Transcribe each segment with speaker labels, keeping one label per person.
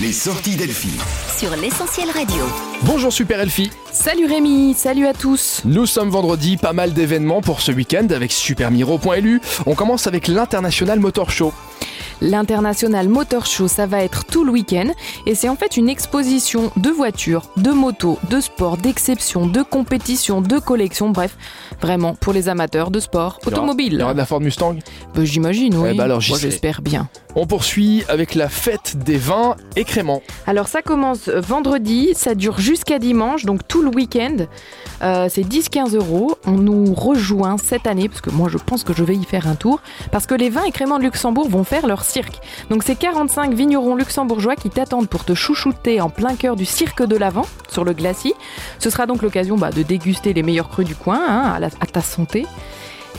Speaker 1: Les sorties d'Elfie.
Speaker 2: sur l'essentiel radio.
Speaker 3: Bonjour Super Elfie,
Speaker 4: Salut Rémi, salut à tous.
Speaker 3: nous sommes vendredi, pas mal d'événements pour ce week-end avec supermiro.lu. On commence avec l'International Motor Show.
Speaker 4: L'International Motor Show, ça va être tout le week-end et c'est en fait une exposition de voitures, de motos, de sports, d'exception, de compétition, de collection, bref, vraiment pour les amateurs de sport
Speaker 3: Il y aura-
Speaker 4: automobile.
Speaker 3: Il y aura de la Ford Mustang.
Speaker 4: Bah, J'imagine, oui.
Speaker 3: Eh bah alors, j'y
Speaker 4: Moi,
Speaker 3: serai.
Speaker 4: j'espère bien.
Speaker 3: On poursuit avec la fête des vins et créments.
Speaker 4: Alors ça commence vendredi, ça dure jusqu'à dimanche, donc tout le week-end. Euh, c'est 10-15 euros. On nous rejoint cette année, parce que moi je pense que je vais y faire un tour, parce que les vins et créments de Luxembourg vont faire leur cirque. Donc c'est 45 vignerons luxembourgeois qui t'attendent pour te chouchouter en plein cœur du cirque de l'Avent, sur le glacis. Ce sera donc l'occasion bah, de déguster les meilleurs crus du coin, hein, à, la- à ta santé.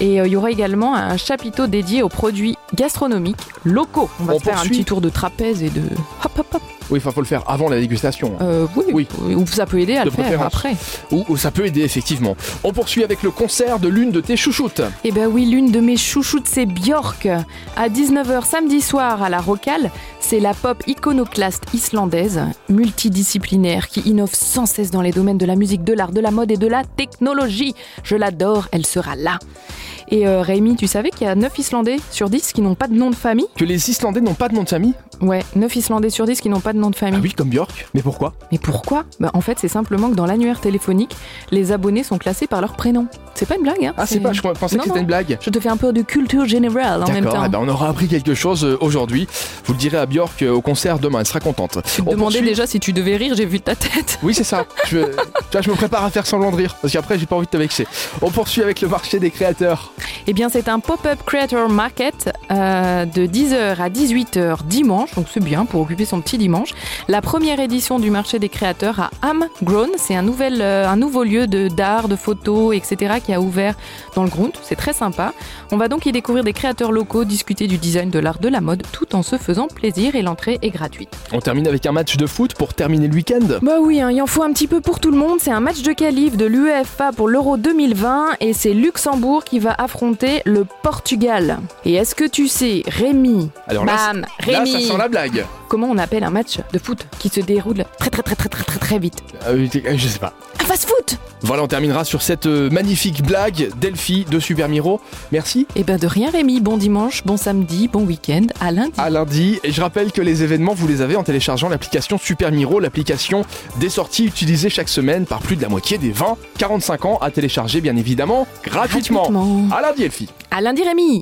Speaker 4: Et euh, il y aura également un chapiteau dédié aux produits gastronomiques locaux. On va
Speaker 3: On
Speaker 4: se faire
Speaker 3: poursuit.
Speaker 4: un petit tour de trapèze et de... Hop, hop, hop.
Speaker 3: Oui, enfin faut le faire avant la dégustation.
Speaker 4: Euh, oui,
Speaker 3: Oui.
Speaker 4: Ou ça peut aider
Speaker 3: De
Speaker 4: à le faire
Speaker 3: préférence.
Speaker 4: après.
Speaker 3: Ou, ou ça peut aider effectivement. On poursuit avec le concert de l'une de tes chouchoutes.
Speaker 4: Eh ben oui, l'une de mes chouchoutes, c'est Björk. À 19h samedi soir à la Rocale, c'est la pop iconoclaste islandaise, multidisciplinaire, qui innove sans cesse dans les domaines de la musique, de l'art, de la mode et de la technologie. Je l'adore, elle sera là. Et euh, Rémi, tu savais qu'il y a 9 Islandais sur 10 qui n'ont pas de nom de famille
Speaker 3: Que les Islandais n'ont pas de nom de famille
Speaker 4: Ouais, 9 Islandais sur 10 qui n'ont pas de nom de famille.
Speaker 3: Ah oui, comme Björk. Mais pourquoi
Speaker 4: Mais pourquoi Bah, En fait, c'est simplement que dans l'annuaire téléphonique, les abonnés sont classés par leur prénom. C'est pas une blague, hein
Speaker 3: Ah c'est pas, je pensais
Speaker 4: Non,
Speaker 3: que c'était
Speaker 4: non.
Speaker 3: une blague.
Speaker 4: Je te fais un peu de culture générale en même
Speaker 3: D'accord,
Speaker 4: temps.
Speaker 3: eh ben, on aura appris quelque chose euh, aujourd'hui. Vous le direz à Björk euh, au concert demain, elle sera contente.
Speaker 4: Tu te
Speaker 3: On
Speaker 4: demandais
Speaker 3: poursuit.
Speaker 4: déjà si tu devais rire, j'ai vu ta tête.
Speaker 3: Oui, c'est ça. Je, euh, tu vois, je me prépare à faire semblant de rire parce qu'après, j'ai pas envie de te vexer. On poursuit avec le marché des créateurs.
Speaker 4: Eh bien, c'est un pop-up creator market euh, de 10h à 18h dimanche, donc c'est bien pour occuper son petit dimanche. La première édition du marché des créateurs à Amgrown, c'est un, nouvel, euh, un nouveau lieu de- d'art, de, photos, etc. qui a ouvert dans le Ground, c'est très sympa. On va donc y découvrir des créateurs locaux, discuter du design, de l'art, de la mode, tout en se faisant plaisir et l'entrée est gratuite.
Speaker 3: On termine avec un match de foot pour terminer le week-end.
Speaker 4: Bah oui, hein, il en faut un petit peu pour tout le monde. C'est un match de qualif de l'UEFA pour l'Euro 2020 et c'est Luxembourg qui va affronter le Portugal. Et est-ce que tu sais, Rémi
Speaker 3: Alors là,
Speaker 4: Bam
Speaker 3: c'est- là,
Speaker 4: Bah, Rémi
Speaker 3: ça sent la blague.
Speaker 4: Comment on appelle un match de foot qui se déroule très très très très très très très vite
Speaker 3: Euh, je sais pas.
Speaker 4: Un fast-foot
Speaker 3: Voilà, on terminera sur cette euh, magnifique blague Delphi de Super Miro. Merci.
Speaker 4: Eh ben de rien Rémi, bon dimanche, bon samedi, bon week-end, à lundi
Speaker 3: À lundi. Et je rappelle que les événements, vous les avez en téléchargeant l'application Super Miro, l'application des sorties utilisée chaque semaine par plus de la moitié des 20-45 ans à télécharger, bien évidemment, gratuitement.
Speaker 4: Gratuitement.
Speaker 3: À lundi, Delphi.
Speaker 4: À lundi Rémi